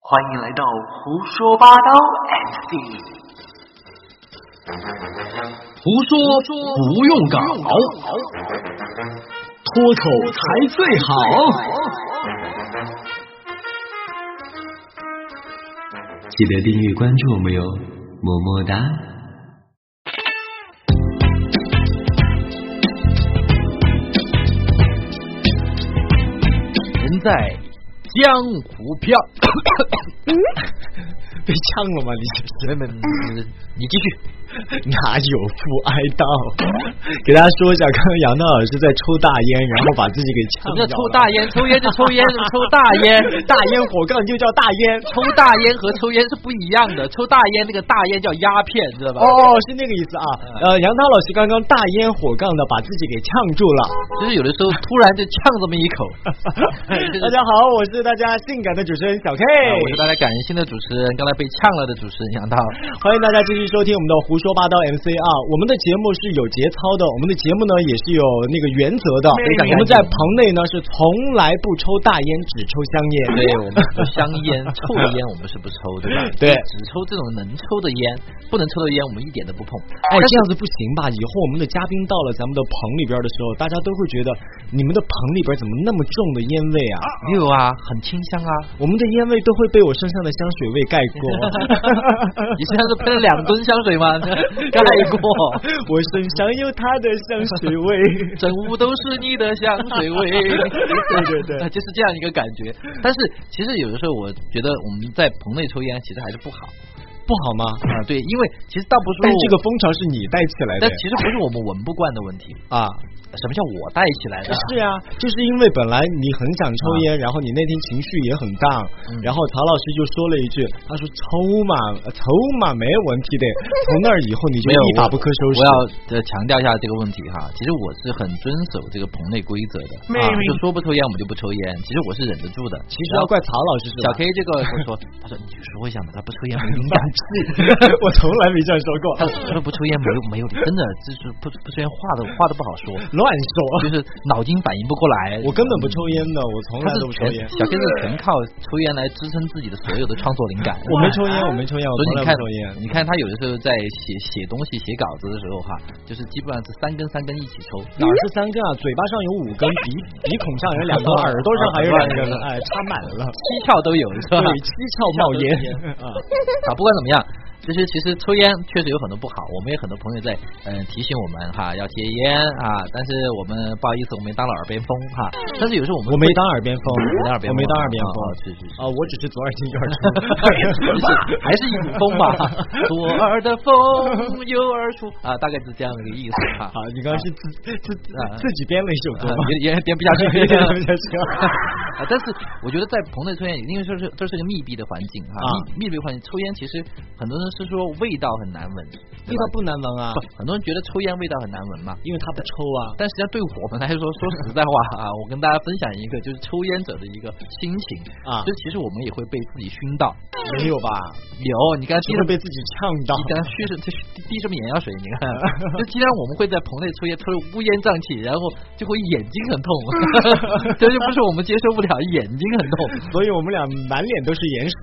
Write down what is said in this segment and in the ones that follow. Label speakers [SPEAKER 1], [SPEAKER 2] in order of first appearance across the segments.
[SPEAKER 1] 欢迎来到胡说八道 MC。
[SPEAKER 2] 胡说不用搞，脱口才最好。
[SPEAKER 3] 记得订阅关注我们哟，么么哒！
[SPEAKER 2] 人在江湖飘，被呛了吗？你没没没，你 继续。
[SPEAKER 4] 哪有不哀悼？给大家说一下，刚刚杨道老师在抽大烟，然后把自己给
[SPEAKER 2] 什
[SPEAKER 4] 呛
[SPEAKER 2] 么
[SPEAKER 4] 着了。
[SPEAKER 2] 叫抽大烟？抽烟就抽烟，什么抽大烟？
[SPEAKER 4] 大烟火杠就叫大烟。
[SPEAKER 2] 抽大烟和抽烟是不一样的，抽大烟那个大烟叫鸦片，知道
[SPEAKER 4] 哦
[SPEAKER 2] 吧？
[SPEAKER 4] 哦，是那个意思啊。
[SPEAKER 2] 嗯
[SPEAKER 4] 呃，杨涛老师刚刚大烟火杠的把自己给呛住了。
[SPEAKER 2] 就是有的时候突然就呛这么一 口。 就是
[SPEAKER 4] 大家哎好，我是大家性感的主持人小 K，
[SPEAKER 2] 啊我是大家感性的主持人，刚才被呛了的主持人杨涛。
[SPEAKER 4] 欢迎大家继续收听我们的胡说八道 MC 啊。我们的节目是有节操的，我们的节目呢也是有那个原则的。
[SPEAKER 2] 非常干净
[SPEAKER 4] 我们在棚内呢是从来不抽大烟，只抽香烟。
[SPEAKER 2] 对我们不香烟、臭的烟我们是不抽，对吧？
[SPEAKER 4] 对
[SPEAKER 2] 只抽这种能抽的烟，不能抽的烟我们一点都不碰。
[SPEAKER 4] 哎，这样子不行吧？以后我们的嘉宾到了咱们的棚里边的时候，大家都会觉得你们的棚里边怎么那么重的烟味啊？
[SPEAKER 2] 没有啊，很清香 啊！
[SPEAKER 4] 我们的烟味都会被我身上的香水味盖 过。
[SPEAKER 2] 你身上是喷了两吨香水 吗？盖过，
[SPEAKER 4] 我身上有他的香水味。
[SPEAKER 2] 整屋都是你的香水 味。
[SPEAKER 4] 对对对
[SPEAKER 2] 就是这样一个感觉。但是其实有的时候，我觉得我们在棚内抽烟其实还是不好
[SPEAKER 4] 不好吗？
[SPEAKER 2] 啊。对，因为其实倒不是
[SPEAKER 4] 但
[SPEAKER 2] 我
[SPEAKER 4] 这个风潮是你带起来的
[SPEAKER 2] 但其实不是我们闻不惯的问题，
[SPEAKER 4] 啊。
[SPEAKER 2] 什么叫我带起来的？
[SPEAKER 4] 是啊，就是因为本来你很想抽烟，然后你那天情绪也很大，
[SPEAKER 2] 啊嗯
[SPEAKER 4] 然后曹老师就说了一句，他说抽嘛，呃抽嘛没问题 的。从那儿以后你就
[SPEAKER 2] 没有
[SPEAKER 4] 一发
[SPEAKER 2] 我
[SPEAKER 4] 不可收拾。
[SPEAKER 2] 我要呃强调一下这个问题哈，其实我是很遵守这个棚内规则的，啊，就说不抽烟我们就不抽烟，其实我是忍得住的。
[SPEAKER 4] 其实要怪曹老师是吧
[SPEAKER 2] 小 K 这个我说， 他说你去说一下嘛，他不抽烟没灵感。
[SPEAKER 4] 我从来没这样说过，
[SPEAKER 2] 他说他说不抽烟没有没有理，真的就是不不抽烟话都话都不 好说，
[SPEAKER 4] 乱说，
[SPEAKER 2] 就是脑筋反应不过来。
[SPEAKER 4] 我根本不抽烟的，我从
[SPEAKER 2] 嗯他
[SPEAKER 4] 来
[SPEAKER 2] 是
[SPEAKER 4] 都不抽
[SPEAKER 2] 全
[SPEAKER 4] 烟，
[SPEAKER 2] 小 K 是全靠抽烟来支撑自己的所有的创作灵感。
[SPEAKER 4] 我没抽烟，我没抽烟，我
[SPEAKER 2] 啊所
[SPEAKER 4] 从
[SPEAKER 2] 以你
[SPEAKER 4] 来
[SPEAKER 2] 看
[SPEAKER 4] 不抽烟，。
[SPEAKER 2] 你看他有的时候在写写东西、写稿子的时候哈，就是基本上是三根三根一起抽。
[SPEAKER 4] 哪儿是三根啊？嘴巴上有五根，鼻鼻孔上有两 根，耳朵上还有两根，哎，插满了，
[SPEAKER 2] 七窍都有，是吧
[SPEAKER 4] 对，？七窍冒烟啊！
[SPEAKER 2] 啊，不管怎么样，就是其实抽烟确实有很多不好，我们有很多朋友在嗯、呃提醒我们哈要戒烟啊，但是我们不好意思，我没当了耳边风哈，但是有时嗯候我们
[SPEAKER 4] 我没
[SPEAKER 2] 会
[SPEAKER 4] 当耳边风，
[SPEAKER 2] 你没当耳边风啊
[SPEAKER 4] 我没当耳边风
[SPEAKER 2] 啊哎是是是
[SPEAKER 4] 啊，我只是左耳进右耳 出
[SPEAKER 2] 就。是还是一股风啊吧，左耳的风，右耳出啊，大概是这样的一个意思哈。
[SPEAKER 4] 好，啊你刚刚是自自自
[SPEAKER 2] 啊
[SPEAKER 4] 自己编了一首歌吗？
[SPEAKER 2] 也也编不下去，
[SPEAKER 4] 编 不下去啊
[SPEAKER 2] 啊，但是我觉得在棚内抽烟，因为这是这是个密闭的环境哈、
[SPEAKER 4] 啊
[SPEAKER 2] 密密闭环境抽烟其实很多人是说味道很难闻，
[SPEAKER 4] 味道不难闻啊
[SPEAKER 2] 不，，很多人觉得抽烟味道很难闻嘛。
[SPEAKER 4] 因为他不抽啊。
[SPEAKER 2] 但实际上对我们来说， 说实在话啊，我跟大家分享一个就是抽烟者的一个心情
[SPEAKER 4] 啊
[SPEAKER 2] 就其实我们也会被自己熏到。
[SPEAKER 4] 没有吧？
[SPEAKER 2] 有，你刚才
[SPEAKER 4] 是
[SPEAKER 2] 听
[SPEAKER 4] 不是
[SPEAKER 2] 了
[SPEAKER 4] 被自己呛到？
[SPEAKER 2] 你刚才蓄是这是滴滴什么眼药水？你 看，就既然我们会在棚内抽烟，抽得乌烟瘴气，然后就会眼睛 很痛，这就不是我们接受不了，眼睛很痛。
[SPEAKER 4] 所以我们俩满脸都是眼屎。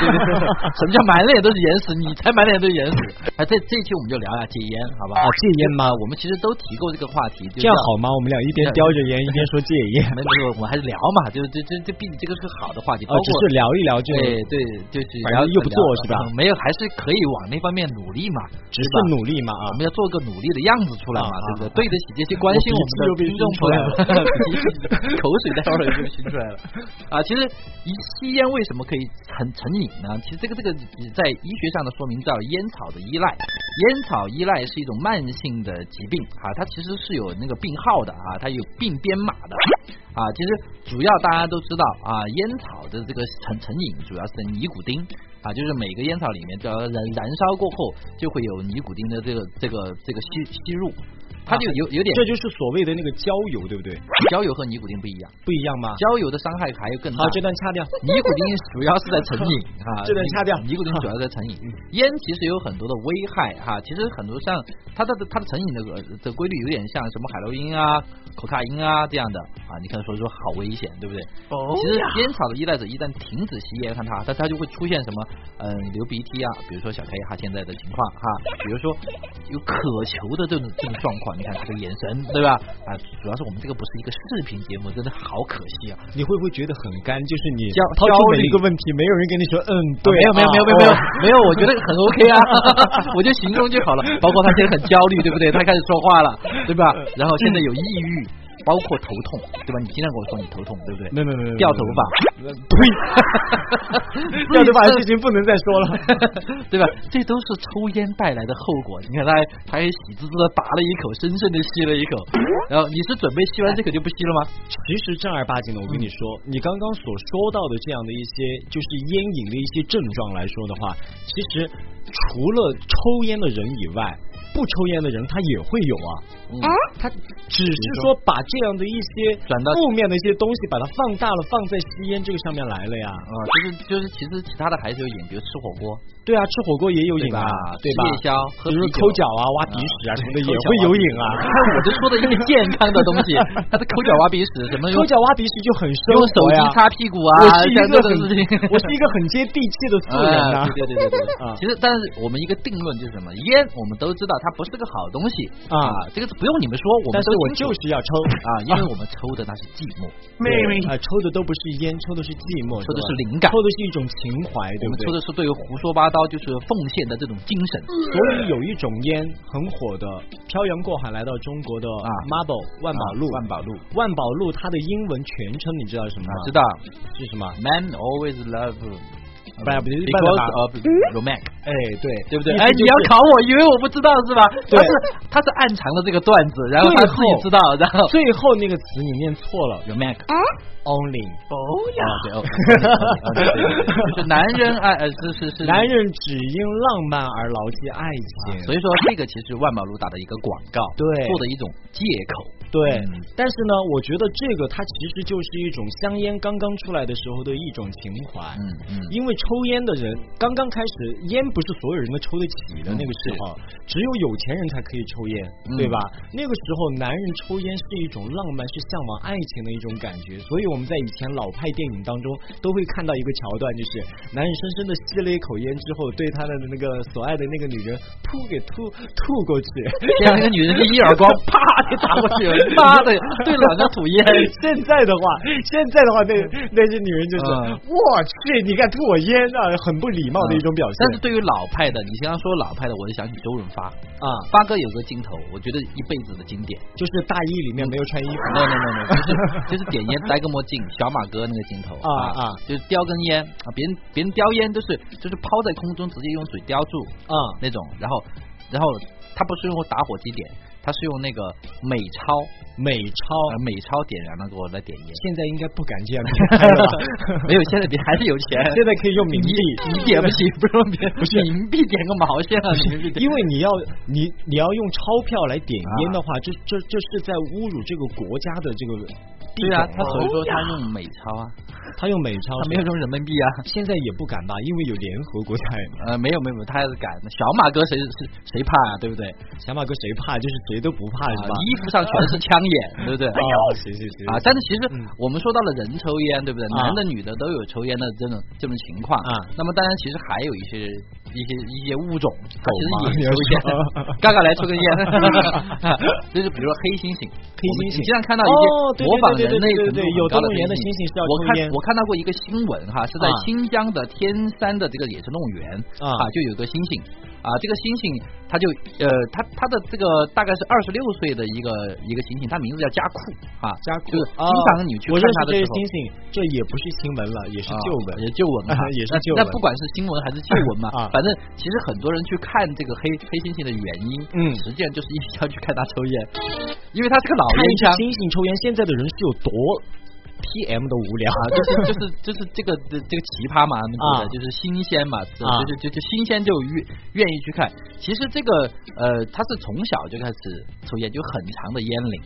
[SPEAKER 2] 对对对什么叫满脸都是眼屎？你才满脸都是眼屎！哎，这这一期我们就聊一下戒烟，好不
[SPEAKER 4] 啊
[SPEAKER 2] 好？
[SPEAKER 4] 戒烟吗
[SPEAKER 2] 我们其实都提过这个话题，就
[SPEAKER 4] 这样好吗？我们俩一边叼着烟一边说戒烟，
[SPEAKER 2] 没没有，我们还是聊嘛，就是这这这毕竟这个是个好的话题，
[SPEAKER 4] 哦
[SPEAKER 2] 包，括哎
[SPEAKER 4] 只是聊一聊，就
[SPEAKER 2] 对对，就是
[SPEAKER 4] 反正
[SPEAKER 2] 聊
[SPEAKER 4] 又不做
[SPEAKER 2] 聊
[SPEAKER 4] 是吧
[SPEAKER 2] 嗯没有，还是可以往那方面努力嘛，
[SPEAKER 4] 只
[SPEAKER 2] 是
[SPEAKER 4] 是
[SPEAKER 2] 吧
[SPEAKER 4] 努力嘛啊
[SPEAKER 2] 我。们要做个努力的样子出来嘛，
[SPEAKER 4] 啊
[SPEAKER 2] 对不对
[SPEAKER 4] 啊？
[SPEAKER 2] 对得起这些关心我们的听众朋友们， 口水在耳朵里就熏出来了啊！其实一吸烟为什么可以很成瘾呢？其实这个这个在医学上的说明叫烟草的依赖，烟草依赖是一种慢性的疾病啊，它其实是有那个病号的啊，它有病编码的。啊，其实主要大家都知道啊，烟草的这个成成瘾主要是尼古丁啊，就是每个烟草里面只要燃燃烧过后，就会有尼古丁的这个这个这个吸吸入它就有有点
[SPEAKER 4] 这啊就是所谓的那个焦油，对不对？
[SPEAKER 2] 焦油和尼古丁不一样，
[SPEAKER 4] 不一样吗？
[SPEAKER 2] 焦油的伤害还要更大
[SPEAKER 4] 好，。这段掐掉。
[SPEAKER 2] 尼古丁主要是在 成瘾哈，
[SPEAKER 4] 这段掐掉嗯
[SPEAKER 2] 尼古丁主要是在成瘾，烟其实有很多的危害哈，其实很多像它的它的成瘾的呃的规律有点像什么海洛因啊、可卡因啊这样的啊，你看所以说好危险，对不对？
[SPEAKER 1] 哦
[SPEAKER 2] 其实烟草的依赖者一旦停止吸烟，看它，但它就会出现什么嗯、呃流鼻涕啊，比如说小黑哈现在的情况哈，比如说有渴求的这种这种状况，你看他的眼神对吧？啊，主要是我们这个不是一个视频节目，真的好可惜啊。
[SPEAKER 4] 你会不会觉得很干？就是你
[SPEAKER 2] 焦
[SPEAKER 4] 抛出
[SPEAKER 2] 焦
[SPEAKER 4] 每
[SPEAKER 2] 虑
[SPEAKER 4] 一个问题，没有人跟你说，嗯，对
[SPEAKER 2] 没有
[SPEAKER 4] 啊，
[SPEAKER 2] 没有没有没有没有
[SPEAKER 4] 哦
[SPEAKER 2] 没有，我觉得很 OK 啊， 我就形容就好了。包括他现在很焦虑，对不对？他开始说话了，对吧？然后现在有抑郁，包括头痛，对吧？你经常跟我说你头痛，对不对？
[SPEAKER 4] 没有没有没有没有
[SPEAKER 2] 掉头发，
[SPEAKER 4] 对，嗯 掉头发的事情不能再说了。
[SPEAKER 2] 对吧？这都是抽烟带来的后果。你看他还，他还喜滋滋的拔了一口，深深的吸了一 口。然后你是准备吸完这口就不吸了吗？
[SPEAKER 4] 其实正儿八经的，我跟你说，你刚刚所说到的这样的一些就是烟瘾的一些症状来说的话，其实除了抽烟的人以外，不抽烟的人他也会有啊。
[SPEAKER 2] 嗯
[SPEAKER 4] 他只是说把这样的一些
[SPEAKER 2] 转到
[SPEAKER 4] 负面的一些东西，把它放大了，放在吸烟这个上面来了呀。
[SPEAKER 2] 啊，就是就是，其实其他的还是有瘾，比如吃火锅，
[SPEAKER 4] 对啊，吃火锅也有
[SPEAKER 2] 对
[SPEAKER 4] 瘾啊
[SPEAKER 2] 吧？，
[SPEAKER 4] 对吧？
[SPEAKER 2] 吃夜宵，喝
[SPEAKER 4] 比如说
[SPEAKER 2] 啤酒
[SPEAKER 4] 抠 脚啊、挖鼻屎啊什么的
[SPEAKER 2] 哎
[SPEAKER 4] 也会有瘾啊。
[SPEAKER 2] 看我就说的一个健康的东 西，他的抠脚挖鼻屎，什么用
[SPEAKER 4] 抠脚挖鼻屎就很生
[SPEAKER 2] 用手
[SPEAKER 4] 活
[SPEAKER 2] 机
[SPEAKER 4] 呀。
[SPEAKER 2] 擦屁股啊，
[SPEAKER 4] 我是一
[SPEAKER 2] 像
[SPEAKER 4] 个
[SPEAKER 2] 这
[SPEAKER 4] 很
[SPEAKER 2] 种事 情。
[SPEAKER 4] 我是一个很接地气的素 人呐、
[SPEAKER 2] 啊，对对对对对。
[SPEAKER 4] 啊
[SPEAKER 2] 其实，但是我们一个定论就是什么？烟我们都知道它不是个好东西
[SPEAKER 4] 啊
[SPEAKER 2] 这个是不用你们说，我们
[SPEAKER 4] 但是
[SPEAKER 2] 都
[SPEAKER 4] 我
[SPEAKER 2] 清
[SPEAKER 4] 就
[SPEAKER 2] 楚
[SPEAKER 4] 是要抽
[SPEAKER 2] 啊，因为我们抽的那是寂 寞，
[SPEAKER 1] 妹妹
[SPEAKER 4] 啊、抽的都不是烟，抽的是寂寞，
[SPEAKER 2] 抽的
[SPEAKER 4] 吧
[SPEAKER 2] 是灵感
[SPEAKER 4] 抽的是一种情怀，对不
[SPEAKER 2] 我们
[SPEAKER 4] 对？
[SPEAKER 2] 抽的是对胡说八道就是奉献的这种精神。
[SPEAKER 4] 所以有一种烟很火的，漂洋过海来到中国的
[SPEAKER 2] 啊
[SPEAKER 4] Marble 万宝路，
[SPEAKER 2] 啊万宝路，
[SPEAKER 4] 万宝路，它的英文全称你知道是什么
[SPEAKER 2] 啊
[SPEAKER 4] 吗？，
[SPEAKER 2] 知道
[SPEAKER 4] 是什么？
[SPEAKER 2] ，Man always love
[SPEAKER 4] 哎
[SPEAKER 2] because
[SPEAKER 4] 不
[SPEAKER 2] of romance。
[SPEAKER 4] 哎，对，
[SPEAKER 2] 对不对？
[SPEAKER 4] 意思
[SPEAKER 2] 哎，
[SPEAKER 4] 就
[SPEAKER 2] 你要
[SPEAKER 4] 是
[SPEAKER 2] 考我，以为我不知道是吧？
[SPEAKER 4] 对
[SPEAKER 2] 他是他是暗藏了这个段子，然后他自己知道，然后
[SPEAKER 4] 最后那个词你念错了
[SPEAKER 2] Romac，
[SPEAKER 4] ，only。
[SPEAKER 1] 哦
[SPEAKER 4] 啊
[SPEAKER 1] 呀，
[SPEAKER 2] 对哦，就是 男人爱呃是是是啊
[SPEAKER 4] 男。人只因浪漫而牢记爱情，
[SPEAKER 2] 所以说这个其实万宝路打的一个广告，
[SPEAKER 4] 对
[SPEAKER 2] 做的一种借口。
[SPEAKER 4] 对
[SPEAKER 2] 嗯，
[SPEAKER 4] 但是呢，我觉得这个它其实就是一种香烟刚刚出来的时候的一种情怀。
[SPEAKER 2] 嗯嗯
[SPEAKER 4] 因为抽烟的人刚刚开始，烟不是所有人都抽得起的
[SPEAKER 2] 嗯
[SPEAKER 4] 那个时候，只有有钱人才可以抽烟，
[SPEAKER 2] 嗯
[SPEAKER 4] 对吧？那个时候男人抽烟是一种浪漫，是向往爱情的一种感觉。所以我们在以前老派电影当中都会看到一个桥段，就是男人深深的吸了一口烟之后，对他的那个所爱的那个女人噗给吐吐 过去，
[SPEAKER 2] 这样一个女人是一耳光，啪就打过 去了，妈的，对卵子吐烟。
[SPEAKER 4] 现在的话，现在的话，那那些女人就是，
[SPEAKER 2] 嗯
[SPEAKER 4] 我去，你敢吐我烟啊，很不礼貌的一种表现。
[SPEAKER 2] 但是对于老派的，你刚刚说老派的，我就想起周润发，
[SPEAKER 4] 啊，
[SPEAKER 2] 发哥有个镜头，我觉得一辈子的经典。
[SPEAKER 4] 就是大衣里面没有穿衣服。
[SPEAKER 2] no no no no，就是就是点烟戴个墨镜，小马哥那个镜头
[SPEAKER 4] 啊啊
[SPEAKER 2] 就是叼根烟啊，别人别人叼烟都是就是抛在空中，直接用嘴叼住
[SPEAKER 4] 啊
[SPEAKER 2] 那种，然后然后他不是用打火机点，他是用那个美钞
[SPEAKER 4] 美超
[SPEAKER 2] 呃美钞点燃了给我来点 烟，
[SPEAKER 4] 现在应该不敢这样 开了吧？
[SPEAKER 2] 没有，现在你还是有钱，
[SPEAKER 4] 现在可以用冥币，
[SPEAKER 2] 你你点不起，不用别不是冥币点个毛线啊，冥币点
[SPEAKER 4] 因为你要你你要用钞票来点
[SPEAKER 2] 啊
[SPEAKER 4] 烟的话，这这这是在侮辱这个国家的这个币
[SPEAKER 2] 对啊，
[SPEAKER 4] 种
[SPEAKER 2] 他所以说他用美钞啊，
[SPEAKER 4] 他用美钞
[SPEAKER 2] 他，没有用人民币啊。
[SPEAKER 4] 现在也不敢吧，因为有联合国在嘛。
[SPEAKER 2] 呃，没有没有，没有他还是敢的。小马哥谁谁谁怕啊，对不对？
[SPEAKER 4] 小马哥谁怕？就是谁都不怕
[SPEAKER 2] 啊
[SPEAKER 4] 是吧？
[SPEAKER 2] 衣服上全是枪眼，对不对？
[SPEAKER 4] 哦，行行行
[SPEAKER 2] 啊，但是其实
[SPEAKER 4] 嗯
[SPEAKER 2] 我们说到了人抽烟，对不对？
[SPEAKER 4] 啊
[SPEAKER 2] 男的、女的都有抽烟的这种这种情况
[SPEAKER 4] 啊
[SPEAKER 2] 那么当然，其实还有一些一些一些物种，它
[SPEAKER 4] 狗吗
[SPEAKER 2] 其实也抽烟
[SPEAKER 4] 你要说。
[SPEAKER 2] 嘎嘎来抽根烟， 就是比如说黑猩猩，
[SPEAKER 4] 黑猩猩
[SPEAKER 2] 我们你经常看到一些
[SPEAKER 4] 哦对对对
[SPEAKER 2] 模仿人类
[SPEAKER 4] 对对对
[SPEAKER 2] 程度
[SPEAKER 4] 对
[SPEAKER 2] 很
[SPEAKER 4] 有
[SPEAKER 2] 高
[SPEAKER 4] 动物园的
[SPEAKER 2] 黑
[SPEAKER 4] 猩猩是要
[SPEAKER 2] 我
[SPEAKER 4] 抽
[SPEAKER 2] 看
[SPEAKER 4] 烟
[SPEAKER 2] 我看到过一个新闻哈，是在
[SPEAKER 4] 啊
[SPEAKER 2] 新疆的天山的这个野生动物园
[SPEAKER 4] 啊
[SPEAKER 2] 啊，就有个猩猩。啊，这个猩猩，它就呃，它它的这个大概是二十六岁的一个一个猩猩，它名字叫加库啊，
[SPEAKER 4] 加库
[SPEAKER 2] 就是
[SPEAKER 4] 啊
[SPEAKER 2] 经常你去
[SPEAKER 4] 我认
[SPEAKER 2] 看
[SPEAKER 4] 识
[SPEAKER 2] 它
[SPEAKER 4] 这些
[SPEAKER 2] 的时候
[SPEAKER 4] 星，星，这也不是新闻了，也是旧闻
[SPEAKER 2] 啊。也旧闻嘛
[SPEAKER 4] ，也是
[SPEAKER 2] 那
[SPEAKER 4] 旧闻
[SPEAKER 2] 那不管是新闻还是旧闻嘛
[SPEAKER 4] 啊，
[SPEAKER 2] 反正其实很多人去看这个黑黑猩猩的原因，
[SPEAKER 4] 嗯
[SPEAKER 2] 实际上就是一 直要去看他抽烟，因为他是个老
[SPEAKER 4] 看
[SPEAKER 2] 烟
[SPEAKER 4] 一只
[SPEAKER 2] 枪。
[SPEAKER 4] 猩猩抽烟，现在的人是有多 PM 的无聊
[SPEAKER 2] 啊，就是就是就是这个这这个奇葩嘛，他们觉得
[SPEAKER 4] 啊
[SPEAKER 2] 就是新鲜嘛，就
[SPEAKER 4] 啊
[SPEAKER 2] 是就就新鲜就愿愿意去看。其实这个呃，他是从小就开始抽烟，就很长的烟龄，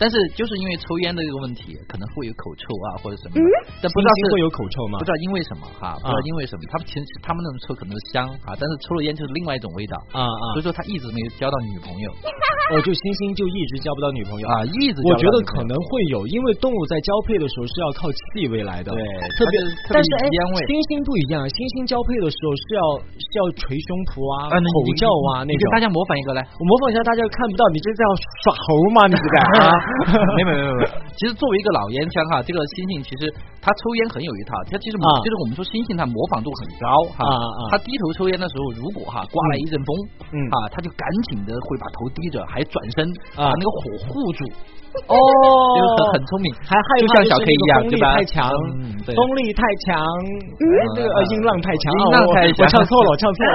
[SPEAKER 2] 但是就是因为抽烟的这个问题，可能会有口臭啊或者什么的，但不知道
[SPEAKER 4] 星嗯
[SPEAKER 2] 是
[SPEAKER 4] 星会有口臭吗
[SPEAKER 2] 不知？道因为什么哈，不
[SPEAKER 4] 啊
[SPEAKER 2] 知道因为什么，他们其实他们那种抽可能是香啊，但是抽了烟就是另外一种味道。
[SPEAKER 4] 啊啊
[SPEAKER 2] 所以！说他一直没有交到女朋友呃
[SPEAKER 4] 我就星星就一直交不到女朋友
[SPEAKER 2] 啊，一直交不到
[SPEAKER 4] 我觉得
[SPEAKER 2] 女朋
[SPEAKER 4] 可
[SPEAKER 2] 友
[SPEAKER 4] 能会有，因为动物在交配的时候是要靠气味来的，
[SPEAKER 2] 对
[SPEAKER 4] 啊特别
[SPEAKER 2] 它就是特别
[SPEAKER 4] 但是哎
[SPEAKER 2] 烟味，
[SPEAKER 4] 猩猩不一样，猩猩交配的时候是要是要捶胸脯啊、
[SPEAKER 2] 啊，那
[SPEAKER 4] 吼
[SPEAKER 2] 你
[SPEAKER 4] 叫啊那
[SPEAKER 2] 你你跟大
[SPEAKER 4] 种。
[SPEAKER 2] 家模仿一个来。
[SPEAKER 4] 我模仿一下，大家看不到，你这是要耍猴吗？你这在 啊？
[SPEAKER 2] 没有没有没有没有， 其实作为一个老烟枪哈，这个星星其实他抽烟很有一套，他其实
[SPEAKER 4] 啊
[SPEAKER 2] 就是我们说星星他模仿度很高哈
[SPEAKER 4] 啊啊，
[SPEAKER 2] 他低头抽烟的时候，如果哈刮来一阵风
[SPEAKER 4] 嗯
[SPEAKER 2] 啊，他就赶紧的会把头低着，还转身
[SPEAKER 4] 啊
[SPEAKER 2] 把那个火护住，
[SPEAKER 4] 哦，
[SPEAKER 2] 就是很很聪明，
[SPEAKER 4] 还害
[SPEAKER 2] 就
[SPEAKER 4] 怕
[SPEAKER 2] 像
[SPEAKER 4] 的
[SPEAKER 2] 小
[SPEAKER 4] 是
[SPEAKER 2] K
[SPEAKER 4] 那
[SPEAKER 2] 一
[SPEAKER 4] 个
[SPEAKER 2] 样
[SPEAKER 4] 风
[SPEAKER 2] 对
[SPEAKER 4] 力
[SPEAKER 2] 吧
[SPEAKER 4] 太强，哦
[SPEAKER 2] 嗯对
[SPEAKER 4] 风力太强，哎那个呃音浪太强，
[SPEAKER 2] 音
[SPEAKER 4] 啊
[SPEAKER 2] 浪
[SPEAKER 4] 我
[SPEAKER 2] 太
[SPEAKER 4] 我
[SPEAKER 2] 强，
[SPEAKER 4] 唱错了，我唱错了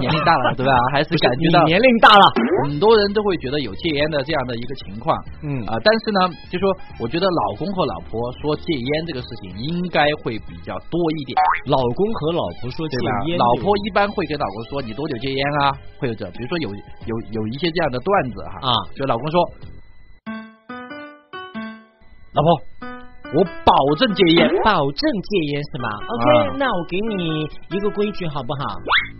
[SPEAKER 2] 年龄大了对吧？还 是
[SPEAKER 4] 不是
[SPEAKER 2] 感觉
[SPEAKER 4] 你
[SPEAKER 2] 到
[SPEAKER 4] 年龄大了，
[SPEAKER 2] 很多人都会觉得有戒烟的这样的一个情况，
[SPEAKER 4] 嗯
[SPEAKER 2] 啊、但是呢，就说我觉得老公和老婆说戒烟这个事情应该会比较多一点，
[SPEAKER 4] 老公和老婆说戒
[SPEAKER 2] 对吧？
[SPEAKER 4] 烟，
[SPEAKER 2] 老婆一般会给老公说你多久戒烟啊，或者比如说有有有一些这样的段子
[SPEAKER 4] 啊，
[SPEAKER 2] 哈，就老公说，老婆，我保证戒烟
[SPEAKER 4] 保证戒烟是吗
[SPEAKER 2] 啊
[SPEAKER 4] ？OK，那我给你一个规矩好不好？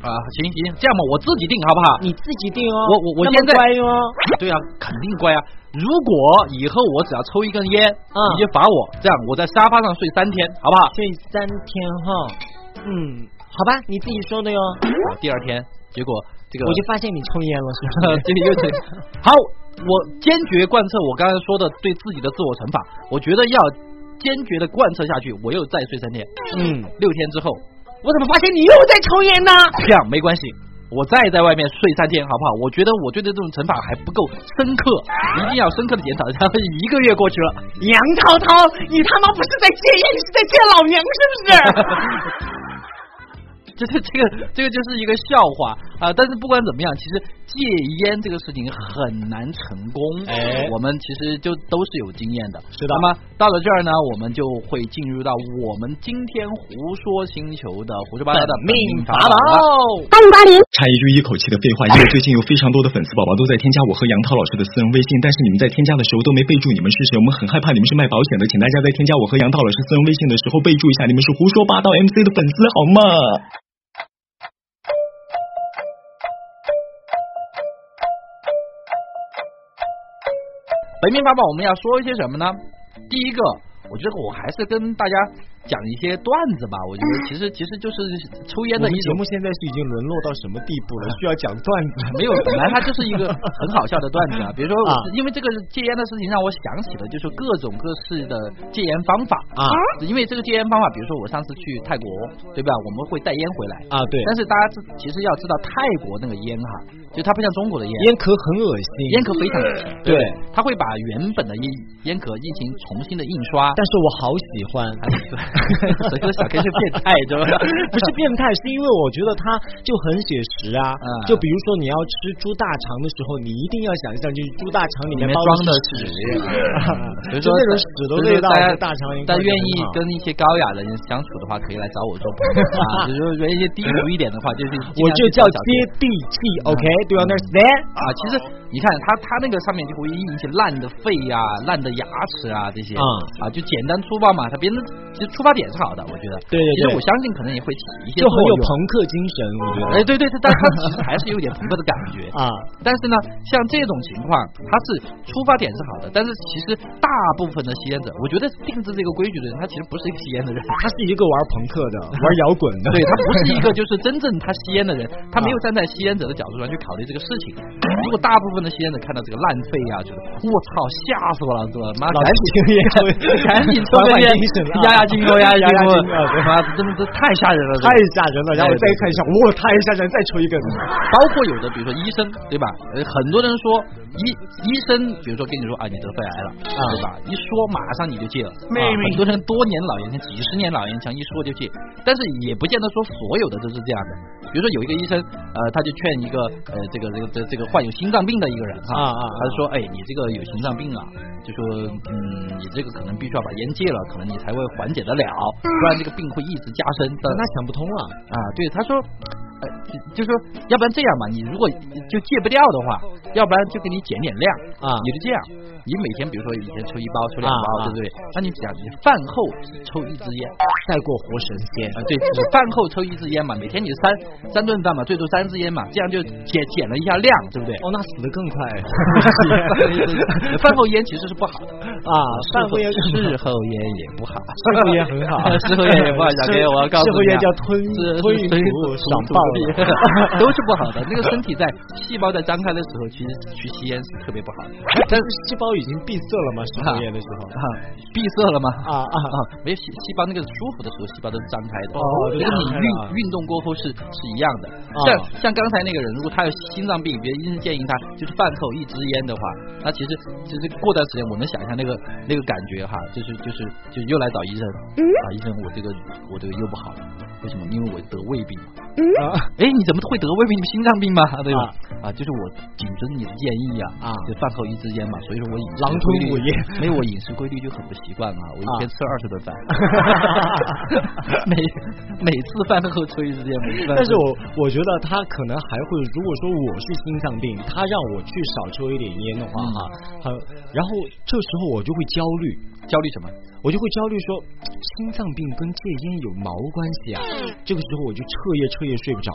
[SPEAKER 2] 啊，行行，这样吧，我自己定好不好？
[SPEAKER 4] 你自己定哦。
[SPEAKER 2] 我我我
[SPEAKER 4] 那么
[SPEAKER 2] 现在
[SPEAKER 4] 乖哦。
[SPEAKER 2] 对啊，肯定乖啊。如果以后我只要抽一根烟，
[SPEAKER 4] 嗯
[SPEAKER 2] 你就罚我，这样我在沙发上睡三天，好不好？
[SPEAKER 4] 这三天哈，嗯，好吧，你自己说的哟。
[SPEAKER 2] 啊第二天，结果这个
[SPEAKER 4] 我就发现你抽烟了，是不是？
[SPEAKER 2] 这个 又是好，我坚决贯彻我刚才说的对自己的自我惩罚，我觉得要坚决的贯彻下去。我又再睡三天，
[SPEAKER 4] 嗯，
[SPEAKER 2] 六天之后，
[SPEAKER 4] 我怎么发现你又在抽烟呢？
[SPEAKER 2] 这样没关系。我再在外面睡三天，好不好？我觉得我对这种惩罚还不够深刻，一定要深刻的检讨。然后 一个月过去了，
[SPEAKER 4] 杨涛涛，你他妈不是在戒烟，你是在戒老娘，是不 是？
[SPEAKER 2] 就是 这个这个就是一个笑话啊、但是不管怎么样，其实戒烟这个事情很难成功。
[SPEAKER 4] 哎
[SPEAKER 2] 我们其实就都是有经验的。
[SPEAKER 4] 是的
[SPEAKER 2] 那么到了这儿呢，我们就会进入到我们今天胡说星球的胡说八道的
[SPEAKER 4] 命
[SPEAKER 2] 法
[SPEAKER 4] 法宝
[SPEAKER 2] 了。。
[SPEAKER 5] 插一句一口气的废话，因为最近有非常多的粉丝宝宝都在添加我和杨涛老师的私人微信，但是你们在添加的时候都没备注你们是谁，我们很害怕你们是卖保险的，请大家在添加我和杨涛老师私人微信的时候备注一下你们是胡说八道 MC 的粉丝好吗？
[SPEAKER 2] 本命法宝我们要说一些什么呢？第一个，我觉得我还是跟大家讲一些段子吧。我觉得其实其实就是抽
[SPEAKER 4] 我
[SPEAKER 2] 烟
[SPEAKER 4] 们
[SPEAKER 2] 的一
[SPEAKER 4] 节
[SPEAKER 2] 种
[SPEAKER 4] 目现在是已经沦落到什么地步了？需要讲段子？
[SPEAKER 2] 没有，本来它就是一个很好笑的段 子啊。比如说我
[SPEAKER 4] 啊
[SPEAKER 2] 是，因为这个戒烟的事情让我想起了就是各种各式的戒烟方法
[SPEAKER 4] 啊。
[SPEAKER 2] 因为这个戒烟方法，比如说我上次去泰国，对吧？我们会带烟回来。
[SPEAKER 4] 啊，对，
[SPEAKER 2] 但是大家知其实要知道泰国那个烟哈，就它不像中国的烟，
[SPEAKER 4] 烟壳很恶心，
[SPEAKER 2] 烟壳非常有钱，
[SPEAKER 4] 对
[SPEAKER 2] 不，它会把原本的烟烟壳进行重新的印刷。
[SPEAKER 4] 但是我好喜欢。
[SPEAKER 2] 所以说小 K 是变态，对吧？
[SPEAKER 4] 不是变态，是因为我觉得他就很写实啊。
[SPEAKER 2] 嗯
[SPEAKER 4] 就比如说你要吃猪大肠的时候，你一定要想象就是猪大肠里
[SPEAKER 2] 里面
[SPEAKER 4] 包
[SPEAKER 2] 装的
[SPEAKER 4] 是
[SPEAKER 2] 屎，
[SPEAKER 4] 嗯
[SPEAKER 2] 所 以
[SPEAKER 4] 就
[SPEAKER 2] 说
[SPEAKER 4] 那种
[SPEAKER 2] 大
[SPEAKER 4] 屎的
[SPEAKER 2] 所以
[SPEAKER 4] 味
[SPEAKER 2] 说
[SPEAKER 4] 道
[SPEAKER 2] 大家
[SPEAKER 4] 和大肠一块
[SPEAKER 2] 但
[SPEAKER 4] 儿啊
[SPEAKER 2] 愿
[SPEAKER 4] 就
[SPEAKER 2] 意
[SPEAKER 4] 很好
[SPEAKER 2] 跟一些高雅的人相处的话，可以来找我做朋友啊。 就是说，愿意低俗一点的话，就是尽量
[SPEAKER 4] 我就
[SPEAKER 2] 去
[SPEAKER 4] 叫
[SPEAKER 2] 找小嗯
[SPEAKER 4] 接地气，OK？Do you understand？
[SPEAKER 2] 啊，其实你看它它那个上面就会印一些烂的肺呀、烂的牙齿啊这些
[SPEAKER 4] 嗯
[SPEAKER 2] 啊，就简单粗暴嘛。它别人其实出发点是好的，我觉得。
[SPEAKER 4] 对对
[SPEAKER 2] 其实
[SPEAKER 4] 对
[SPEAKER 2] 我相信可能也会起一些
[SPEAKER 4] 就很
[SPEAKER 2] 作
[SPEAKER 4] 有
[SPEAKER 2] 用
[SPEAKER 4] 朋克精神，我觉得
[SPEAKER 2] 哎，对对，但它其实还是有点朋克的感觉
[SPEAKER 4] 啊。
[SPEAKER 2] 但是呢，像这种情况，它是出发点是好的，但是其实大部分的吸烟者，我觉得定制这个规矩的人，他其实不是一个吸烟 的人，
[SPEAKER 4] 他是一个玩朋克的，玩摇滚的，
[SPEAKER 2] 嗯对他不是一个就是真正他吸烟的人，啊他没有站在吸烟者的角度上去考虑这个事情。如果大部分的吸烟者看到这个烂肺啊，觉得我操，吓死我了，是吧？妈，
[SPEAKER 4] 老
[SPEAKER 2] 赶紧
[SPEAKER 4] 抽烟，
[SPEAKER 2] 赶紧抽根烟
[SPEAKER 4] 缓缓精神啊，
[SPEAKER 2] 压压惊哦，压
[SPEAKER 4] 压
[SPEAKER 2] 压
[SPEAKER 4] 压
[SPEAKER 2] 惊
[SPEAKER 4] 惊
[SPEAKER 2] 哦
[SPEAKER 4] 啊对，
[SPEAKER 2] 妈，真的是太吓人了，这个
[SPEAKER 4] 太吓人了。然后我再看一下，哇，太吓人，再抽一根。
[SPEAKER 2] 包括有的，比如说医生，对吧？呃，很多人说医医生，比如说跟你说啊，你得肺癌了，
[SPEAKER 4] 啊
[SPEAKER 2] 对吧？一说马上你就戒了，
[SPEAKER 1] 妹
[SPEAKER 2] 啊
[SPEAKER 1] 妹
[SPEAKER 2] 很多人多年老烟枪，几十年老烟枪，一说就戒，但是也不见得说所有的都是这样的。比如说有一个医生，呃，他就劝一个呃这个这个这个这个患有心脏病的的一个人
[SPEAKER 4] 啊
[SPEAKER 2] 哈，
[SPEAKER 4] 啊啊
[SPEAKER 2] 他就说，哎，你这个有心脏病啊，就说，嗯，你这个可能必须要把烟戒了，可能你才会缓解得了，不然这个病会一直加深。但
[SPEAKER 4] 那想不通了。
[SPEAKER 2] 啊，对，他说，呃，就就说，要不然这样吧，你如果就戒不掉的话，要不然就给你减点量
[SPEAKER 4] 啊
[SPEAKER 2] 你就这样，你每天比如说以前抽一包，抽两
[SPEAKER 4] 啊
[SPEAKER 2] 包，
[SPEAKER 4] 啊
[SPEAKER 2] 对不对？那你想，你饭后抽一支烟，
[SPEAKER 4] 赛过活神仙
[SPEAKER 2] 啊，对，你饭后抽一支烟嘛，每天你三三顿饭嘛，最多三支烟嘛，这样就减减了一下量，对不对？
[SPEAKER 4] 哦，那死得更快
[SPEAKER 2] 饭后烟其实是不好的，
[SPEAKER 4] 啊，饭后烟
[SPEAKER 2] 事 后烟也不好，
[SPEAKER 4] 事后烟很 好
[SPEAKER 2] 事后烟也不好。小哥，我要告诉你啊，
[SPEAKER 4] 事后烟叫吞
[SPEAKER 2] 是
[SPEAKER 4] 吞云
[SPEAKER 2] 吞
[SPEAKER 4] 吐雾
[SPEAKER 2] 吐
[SPEAKER 4] 爽爆了
[SPEAKER 2] 都是不好的。那个身体在细胞在张开的时候，其实去吸烟是特别不好的。
[SPEAKER 4] 但是细胞已经闭塞了嘛，事后烟的时候
[SPEAKER 2] 啊，闭塞了吗？
[SPEAKER 4] 啊啊
[SPEAKER 2] 啊，没有细细胞那个舒服的时候，细胞都是张开的。
[SPEAKER 4] 哦
[SPEAKER 2] 这个你
[SPEAKER 4] 都是张开的
[SPEAKER 2] 运
[SPEAKER 4] 啊哦
[SPEAKER 2] 运动过后是是一样的。像像刚才那个人，如果他有心脏病，别人医生建议他就是饭后一支烟的话，那其实就是过段时间，我能想象那个那个感觉哈，就是就是就又来找医生啊，医生我这个我这个又不好了，为什么？因为我得胃病。
[SPEAKER 4] 啊
[SPEAKER 2] 哎，你怎么会得胃病？你心脏病吗？对吧
[SPEAKER 4] 啊？
[SPEAKER 2] 啊，就是我谨遵你的建议
[SPEAKER 4] 啊
[SPEAKER 2] 啊，就饭后一支烟嘛，所以说我饮食
[SPEAKER 4] 狼吞
[SPEAKER 2] 规律
[SPEAKER 4] 虎咽，
[SPEAKER 2] 没有我饮食规律就很不习惯嘛，我一
[SPEAKER 4] 啊
[SPEAKER 2] 天吃二十顿饭， 每每次饭后抽一支 烟，每次饭后
[SPEAKER 4] 但是我我觉得他可能还会，如果说我是心脏病，他让我去少抽一点烟的话
[SPEAKER 2] 嗯
[SPEAKER 4] 哈，很、然后这时候我就会焦虑，
[SPEAKER 2] 焦虑什么？
[SPEAKER 4] 我就会焦虑说，心脏病跟戒烟有毛关系啊？
[SPEAKER 2] 嗯
[SPEAKER 4] 这个时候我就彻夜彻夜睡不着，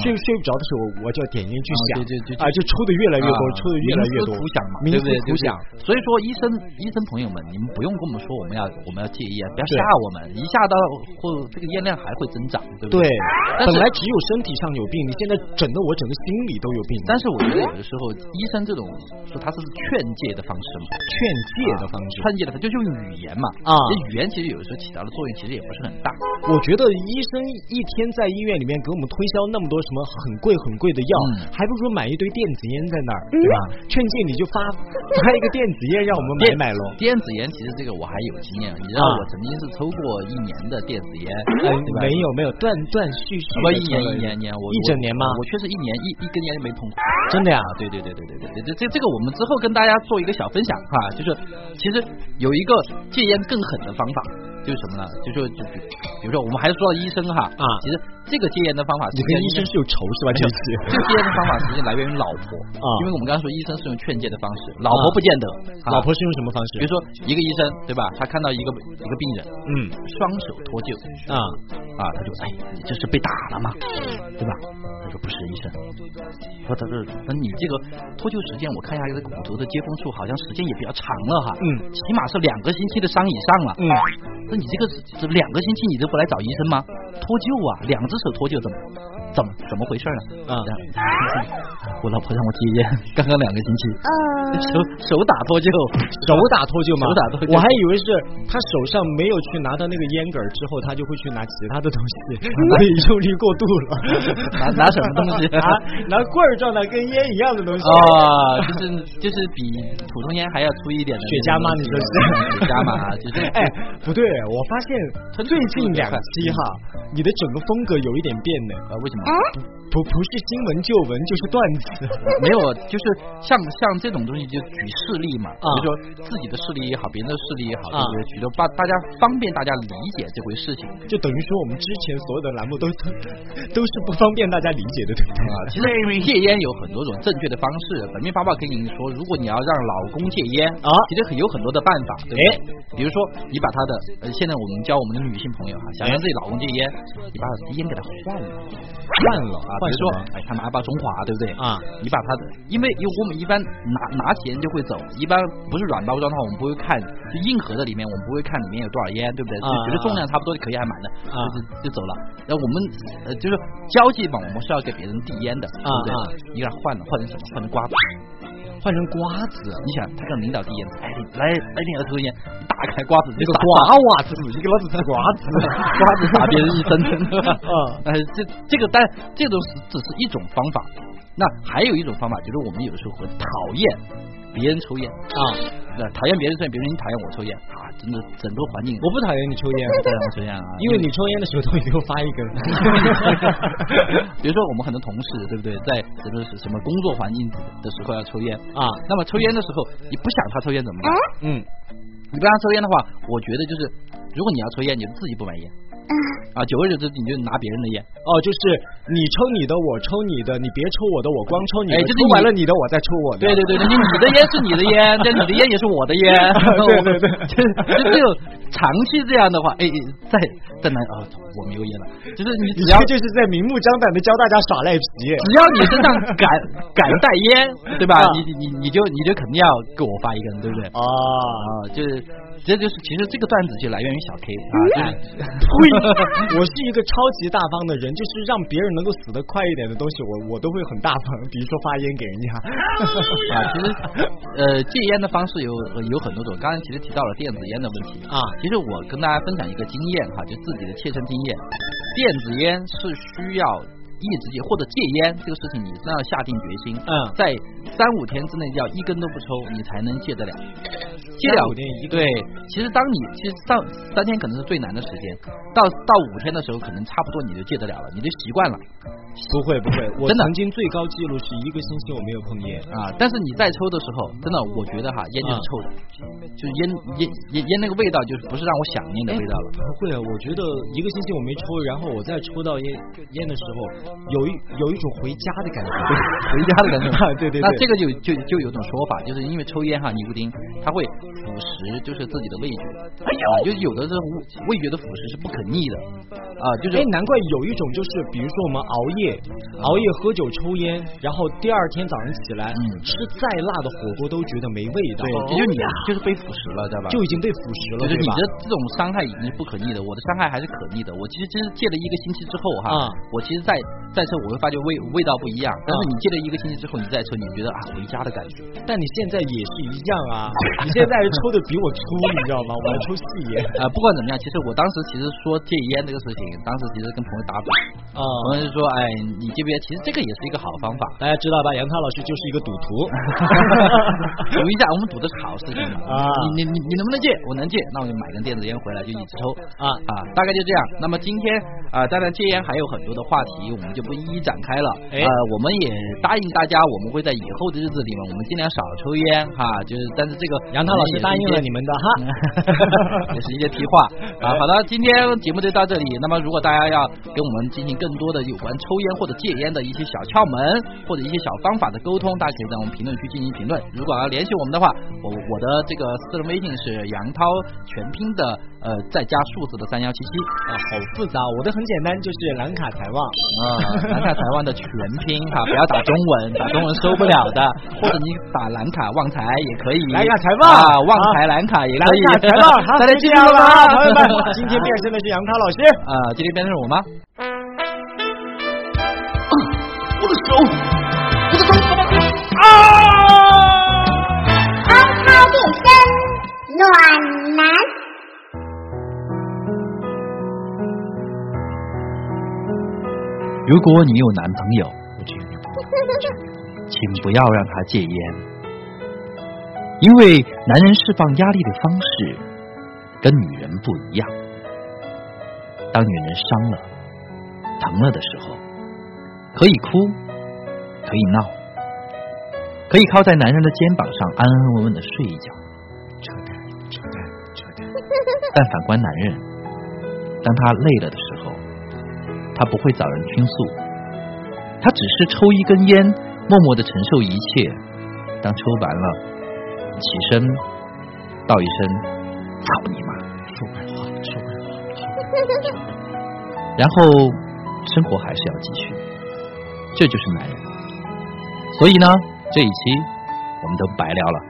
[SPEAKER 4] 睡睡不着的时候，我就要点烟去想，
[SPEAKER 2] 啊对对对
[SPEAKER 4] 啊，就抽的越来越多，
[SPEAKER 2] 啊
[SPEAKER 4] 抽的越来越多，
[SPEAKER 2] 冥思苦想嘛，
[SPEAKER 4] 冥思
[SPEAKER 2] 对不对？
[SPEAKER 4] 苦想，
[SPEAKER 2] 就是所以说，医生医生朋友们，你们不用跟我们说我们要我们要戒烟，不要
[SPEAKER 4] 对
[SPEAKER 2] 吓我们，一吓到或这个烟量还会增长，对不
[SPEAKER 4] 对
[SPEAKER 2] 对？但是
[SPEAKER 4] 本来只有身体上有病，你现在整的我整个心里都有病，
[SPEAKER 2] 但是我觉得有的时候，医生这种说他是劝诫的方式嘛，
[SPEAKER 4] 劝戒的方式。
[SPEAKER 2] 劝诫的方式就是用语言嘛。
[SPEAKER 4] 啊
[SPEAKER 2] 这语言其实有的时候起到的作用其实也不是很大。
[SPEAKER 4] 我觉得医生一天在医院里面给我们推销那么多什么很贵很贵的药，
[SPEAKER 2] 嗯
[SPEAKER 4] 还不如买一堆电子烟在那儿，对吧？劝诫你就发发一个电子烟让我们
[SPEAKER 2] 电
[SPEAKER 4] 买买喽。
[SPEAKER 2] 电子烟其实这个我还有经验，你知道
[SPEAKER 4] 啊
[SPEAKER 2] 我曾经是抽过一年的电子烟，
[SPEAKER 4] 哎
[SPEAKER 2] 对吧
[SPEAKER 4] 没有没有，断断续续地
[SPEAKER 2] 哦不过一
[SPEAKER 4] 抽
[SPEAKER 2] 年
[SPEAKER 4] 了
[SPEAKER 2] 一年一年，我
[SPEAKER 4] 一整年吗
[SPEAKER 2] 我确实一年一一根烟没碰过。
[SPEAKER 4] 真的呀、
[SPEAKER 2] 啊，对对对对对对，这这这个我们之后跟大家做一个小分享哈，就是其实有一个戒烟更狠的方法，就是什么呢？就是就比比如说我们还是说到医生哈
[SPEAKER 4] 啊
[SPEAKER 2] 其实这个戒烟的方法，
[SPEAKER 4] 你跟医生是有仇是吧？这一次
[SPEAKER 2] 这 个戒烟的方法实际来源于老婆
[SPEAKER 4] 啊
[SPEAKER 2] 因为我们刚刚说医生是用劝诫的方式，老婆不见得，
[SPEAKER 4] 老
[SPEAKER 2] 啊
[SPEAKER 4] 婆是用什么方
[SPEAKER 2] 比如
[SPEAKER 4] 式？
[SPEAKER 2] 说一个医生对吧，他看到一个一个病人
[SPEAKER 4] 嗯
[SPEAKER 2] 双手脱臼
[SPEAKER 4] 啊，
[SPEAKER 2] 啊，他就哎你这是被打了吗？对吧？他说不是医生，说他说那你这个脱臼时间我看一下这个骨头的接缝处好像时间也比较长了哈，
[SPEAKER 4] 嗯
[SPEAKER 2] 起码是两个星期的伤以上了，
[SPEAKER 4] 嗯，
[SPEAKER 2] 那你这个这两个星期你都不来找医生吗？脱臼啊，两只手脱臼怎么怎么怎么回事呢？
[SPEAKER 4] 啊
[SPEAKER 2] 我老婆让我戒烟，刚刚两个星期，手手打脱臼，
[SPEAKER 4] 手打脱臼吗？
[SPEAKER 2] 手打脱臼
[SPEAKER 4] 我还以为是他手上没有去拿到那个烟杆儿之后，他就会去拿其他的东西， 所以用力过度了。
[SPEAKER 2] 拿拿什么东 西
[SPEAKER 4] 拿拿棍儿状的，跟烟一样的东西。
[SPEAKER 2] 哦，就是就是比普通烟还要粗一点的那种
[SPEAKER 4] 雪茄吗？你说是
[SPEAKER 2] 雪茄 嘛，就是
[SPEAKER 4] 哎，不对，我发现最近两期哈，你的整个风格有一点变呢，
[SPEAKER 2] 呃，为什么？
[SPEAKER 4] 不不是新闻旧闻就是段子。
[SPEAKER 2] 没有，就是像像这种东西，就举事例嘛，
[SPEAKER 4] 啊
[SPEAKER 2] 比如说自己的事例也好，别人的事例也好，
[SPEAKER 4] 啊
[SPEAKER 2] 就是举的大大家方便大家理解这回事情
[SPEAKER 4] 就等于说我们之前所有的栏目都都都是不方便大家理解的，对不对？
[SPEAKER 2] 啊。其实戒烟有很多种正确的方式，本命八宝跟你说，如果你要让老公戒烟
[SPEAKER 4] 啊哎
[SPEAKER 2] 其实很有很多的办法，对不对？比如说你把他的呃，现在我们教我们的女性朋
[SPEAKER 4] 哎
[SPEAKER 2] 友哈，啊想让自己老公戒烟，你把他的烟给他换了。
[SPEAKER 4] 换了
[SPEAKER 2] 啊，
[SPEAKER 4] 换
[SPEAKER 2] 比
[SPEAKER 4] 什
[SPEAKER 2] 如说
[SPEAKER 4] 么？，
[SPEAKER 2] 哎，他们爱包中华，对不对？
[SPEAKER 4] 啊，
[SPEAKER 2] 你把它的，因为因为我们一般拿拿起烟就会走，一般不是软包装的话，我们不会看，就硬盒的里面我们不会看里面有多少烟，对不对？
[SPEAKER 4] 啊
[SPEAKER 2] 就觉得重量差不多就可以，还满的，
[SPEAKER 4] 啊
[SPEAKER 2] 就就就走了。然后我们呃，就是交际嘛，我们是要给别人递烟的，
[SPEAKER 4] 啊
[SPEAKER 2] 对不对？
[SPEAKER 4] 啊
[SPEAKER 2] 你给他换了，换成什么？换成瓜子。
[SPEAKER 4] 换成瓜子，
[SPEAKER 2] 啊你想，他跟领导递烟，哎，来来点儿抽根烟，打开瓜子，
[SPEAKER 4] 那
[SPEAKER 2] 那
[SPEAKER 4] 个瓜娃子，你给老子吃瓜 子，
[SPEAKER 2] 瓜子打别人一身， 对吧？
[SPEAKER 4] 嗯
[SPEAKER 2] 呃，这这个但这种只只是一种方法，那还有一种方法就是我们有时候会讨厌别人抽烟，
[SPEAKER 4] 啊
[SPEAKER 2] 那讨厌别人抽烟，别人讨厌我抽烟啊，真的整个环境。
[SPEAKER 4] 我不讨厌你抽烟，
[SPEAKER 2] 不讨厌抽烟啊，
[SPEAKER 4] 因为你抽烟的时候都会给我发一 根。
[SPEAKER 2] 比如说我们很多同事，对不对，在什么什么工作环境的时候要抽烟
[SPEAKER 4] 啊，
[SPEAKER 2] 那么抽烟的时候，你不想他抽烟怎么办？
[SPEAKER 4] 嗯，
[SPEAKER 2] 你不让他抽烟的话，我觉得就是，如果你要抽烟，你就自己不买烟。
[SPEAKER 4] 嗯
[SPEAKER 2] 啊，久而久之，你就拿别人的烟。
[SPEAKER 4] 哦，就是你抽你的，我抽你的，你别抽我的，我光抽你的。
[SPEAKER 2] 哎就是
[SPEAKER 4] 抽
[SPEAKER 2] 你
[SPEAKER 4] 完了你的，我再抽我的。
[SPEAKER 2] 对对对，对，你你的烟是你的 烟，但你的烟也是我的烟。
[SPEAKER 4] 对对对
[SPEAKER 2] 就就只有长期这样的话，哎，再再来啊，我没有烟了。就是你
[SPEAKER 4] 你
[SPEAKER 2] 只要
[SPEAKER 4] 这就是在明目张胆的教大家耍赖皮。
[SPEAKER 2] 只要你身上敢敢带烟，对吧？
[SPEAKER 4] 啊
[SPEAKER 2] 你你你你就你就肯定要给我发一根，对不对？
[SPEAKER 4] 啊，
[SPEAKER 2] 啊，就是这就是其实这个段子就来源于小 K 啊， 就是
[SPEAKER 4] 呸！我是一个超级大方的人，就是让别人能够死得快一点的东西，我我都会很大方。比如说发烟给人家，
[SPEAKER 2] 啊，其实呃戒烟的方式有呃有很多种，刚才其实提到了电子烟的问题
[SPEAKER 4] 啊
[SPEAKER 2] 其实我跟大家分享一个经验哈，就自己的切身经验，电子烟是需要意志力或者戒烟这个事情，你真的要下定决心，
[SPEAKER 4] 嗯
[SPEAKER 2] 在三五天之内要一根都不抽，你才能戒得了。
[SPEAKER 4] 三
[SPEAKER 2] 戒了
[SPEAKER 4] 五天一根
[SPEAKER 2] 对，其实当你其实上三天可能是最难的时间，到到五天的时候，可能差不多你就戒得了了，你就习惯了。
[SPEAKER 4] 不会不会，我
[SPEAKER 2] 真的
[SPEAKER 4] 曾经最高记录是一个星期我没有碰烟。
[SPEAKER 2] 啊，但是你再抽的时候，真的，我觉得哈，烟就
[SPEAKER 4] 嗯
[SPEAKER 2] 是臭的，就是烟烟烟烟那个味道，就是不是让我想念的味道了。
[SPEAKER 4] 不会啊，我觉得一个星期我没抽，然后我再抽到烟烟的时候，有一有一种回家的 感觉，
[SPEAKER 2] 回家的感觉
[SPEAKER 4] 啊 对对对
[SPEAKER 2] 那这个就就就有种说法，就是因为抽烟哈，尼古丁它会腐蚀，就是自己的味觉。哎呦，就是有的这种味觉的腐蚀是不可逆的啊，就是
[SPEAKER 4] 哎，难怪有一种就是，比如说我们熬夜，熬夜喝酒抽烟，然后第二天早上起来、
[SPEAKER 2] 嗯
[SPEAKER 4] 吃再辣的火锅都觉得没味道，哦
[SPEAKER 2] 对，这就是你啊 就是被腐蚀了，知道吧？
[SPEAKER 4] 就已经被腐蚀了，
[SPEAKER 2] 就是你
[SPEAKER 4] 对吧
[SPEAKER 2] 的这种伤害已经是不可逆的，我的伤害还是可逆的。我其实真是戒了一个星期之后哈，
[SPEAKER 4] 啊
[SPEAKER 2] 我其实再再抽，我会发觉味味道不一样。但是
[SPEAKER 4] 嗯
[SPEAKER 2] 你戒了一个星期之后，你再抽，你觉得啊回家的感觉。
[SPEAKER 4] 但你现在也是一样 啊，你现在抽的比我粗，你知道吗？我还抽细 烟
[SPEAKER 2] 啊、不管怎么样，其实我当时其实说戒烟这个事情，当时其实跟朋友打赌，
[SPEAKER 4] 啊。，
[SPEAKER 2] 朋友就说，哎，你戒不戒？其实这个也是一个好方法
[SPEAKER 4] 大家知道吧？杨涛老师就是一个赌徒，
[SPEAKER 2] 赌 一下，我们赌的是好事情嘛。
[SPEAKER 4] 啊
[SPEAKER 2] 你你你你能不能戒？我能戒，那我就买根电子烟回来就一直抽
[SPEAKER 4] 啊
[SPEAKER 2] 啊，大概就这样。那么今天啊、当然戒烟还有很多的话题，我们就不一一展开了。
[SPEAKER 4] 哎
[SPEAKER 2] 呃，我们也答应大家，我们会在以后的日子里面，我们尽量少抽烟哈、就是但是这个
[SPEAKER 4] 杨涛老师答应了
[SPEAKER 2] 你。
[SPEAKER 4] 你们的哈。
[SPEAKER 2] 也是一些题话
[SPEAKER 4] 哎
[SPEAKER 2] 啊。好的，今天节目就到这里。那么，如果大家要跟我们进行更多的有关抽烟或者戒烟的一些小窍门，或者一些小方法的沟通，大家可以在我们评论区进行评论。如果要联系我们的话，我我的这个私人微信是杨涛全拼的呃再加数字的三幺七七
[SPEAKER 4] 啊，好复杂，我的很简单，就是兰卡财旺。
[SPEAKER 2] 啊， 南卡台湾的全拼哈、不要打中文， 打中文收不了的，或者你打兰卡旺财也可以，
[SPEAKER 4] 兰卡财旺
[SPEAKER 2] 啊，旺财兰卡也可以，
[SPEAKER 4] 兰卡财旺，好，
[SPEAKER 2] 大家
[SPEAKER 4] 就
[SPEAKER 2] 记
[SPEAKER 4] 这
[SPEAKER 2] 住
[SPEAKER 4] 样
[SPEAKER 2] 了
[SPEAKER 4] 了
[SPEAKER 2] 吗
[SPEAKER 4] 啊，朋友们， 今天变身的是杨涛老师。
[SPEAKER 2] 啊，今天变成我吗？
[SPEAKER 1] 我的手，我的手怎么了？
[SPEAKER 6] 安插变身暖男。
[SPEAKER 2] 如果你有男朋友，请不要让他戒烟，因为男人释放压力的方式跟女人不一样。当女人伤了、疼了的时候，可以哭，可以闹，可以靠在男人的肩膀上安安稳稳的睡一觉。但反观男人，当他累了的时候，他不会找人倾诉，他只是抽一根烟，默默的承受一切。当抽完了，起身道一声“操你妈”，说白话，说白话，然后生活还是要继续，这就是男人。所以呢，这一期我们都白聊了。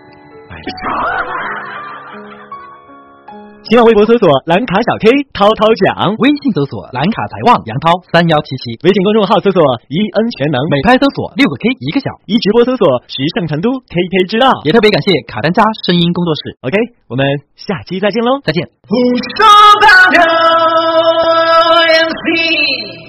[SPEAKER 4] 新浪微博搜索“兰卡小 K 涛涛讲
[SPEAKER 2] 微信搜索“蓝卡财旺杨涛三幺七七”，”，
[SPEAKER 4] 微信公众号搜索“一恩全能
[SPEAKER 2] 美拍搜索六个 K 一个小”，。
[SPEAKER 4] 一直播搜索“时尚成都 KK 之道。
[SPEAKER 2] 也特别感谢卡丹加声音工作室，”
[SPEAKER 4] OK，我们下期再见喽。
[SPEAKER 2] 再见。
[SPEAKER 1] 胡说八道 MC。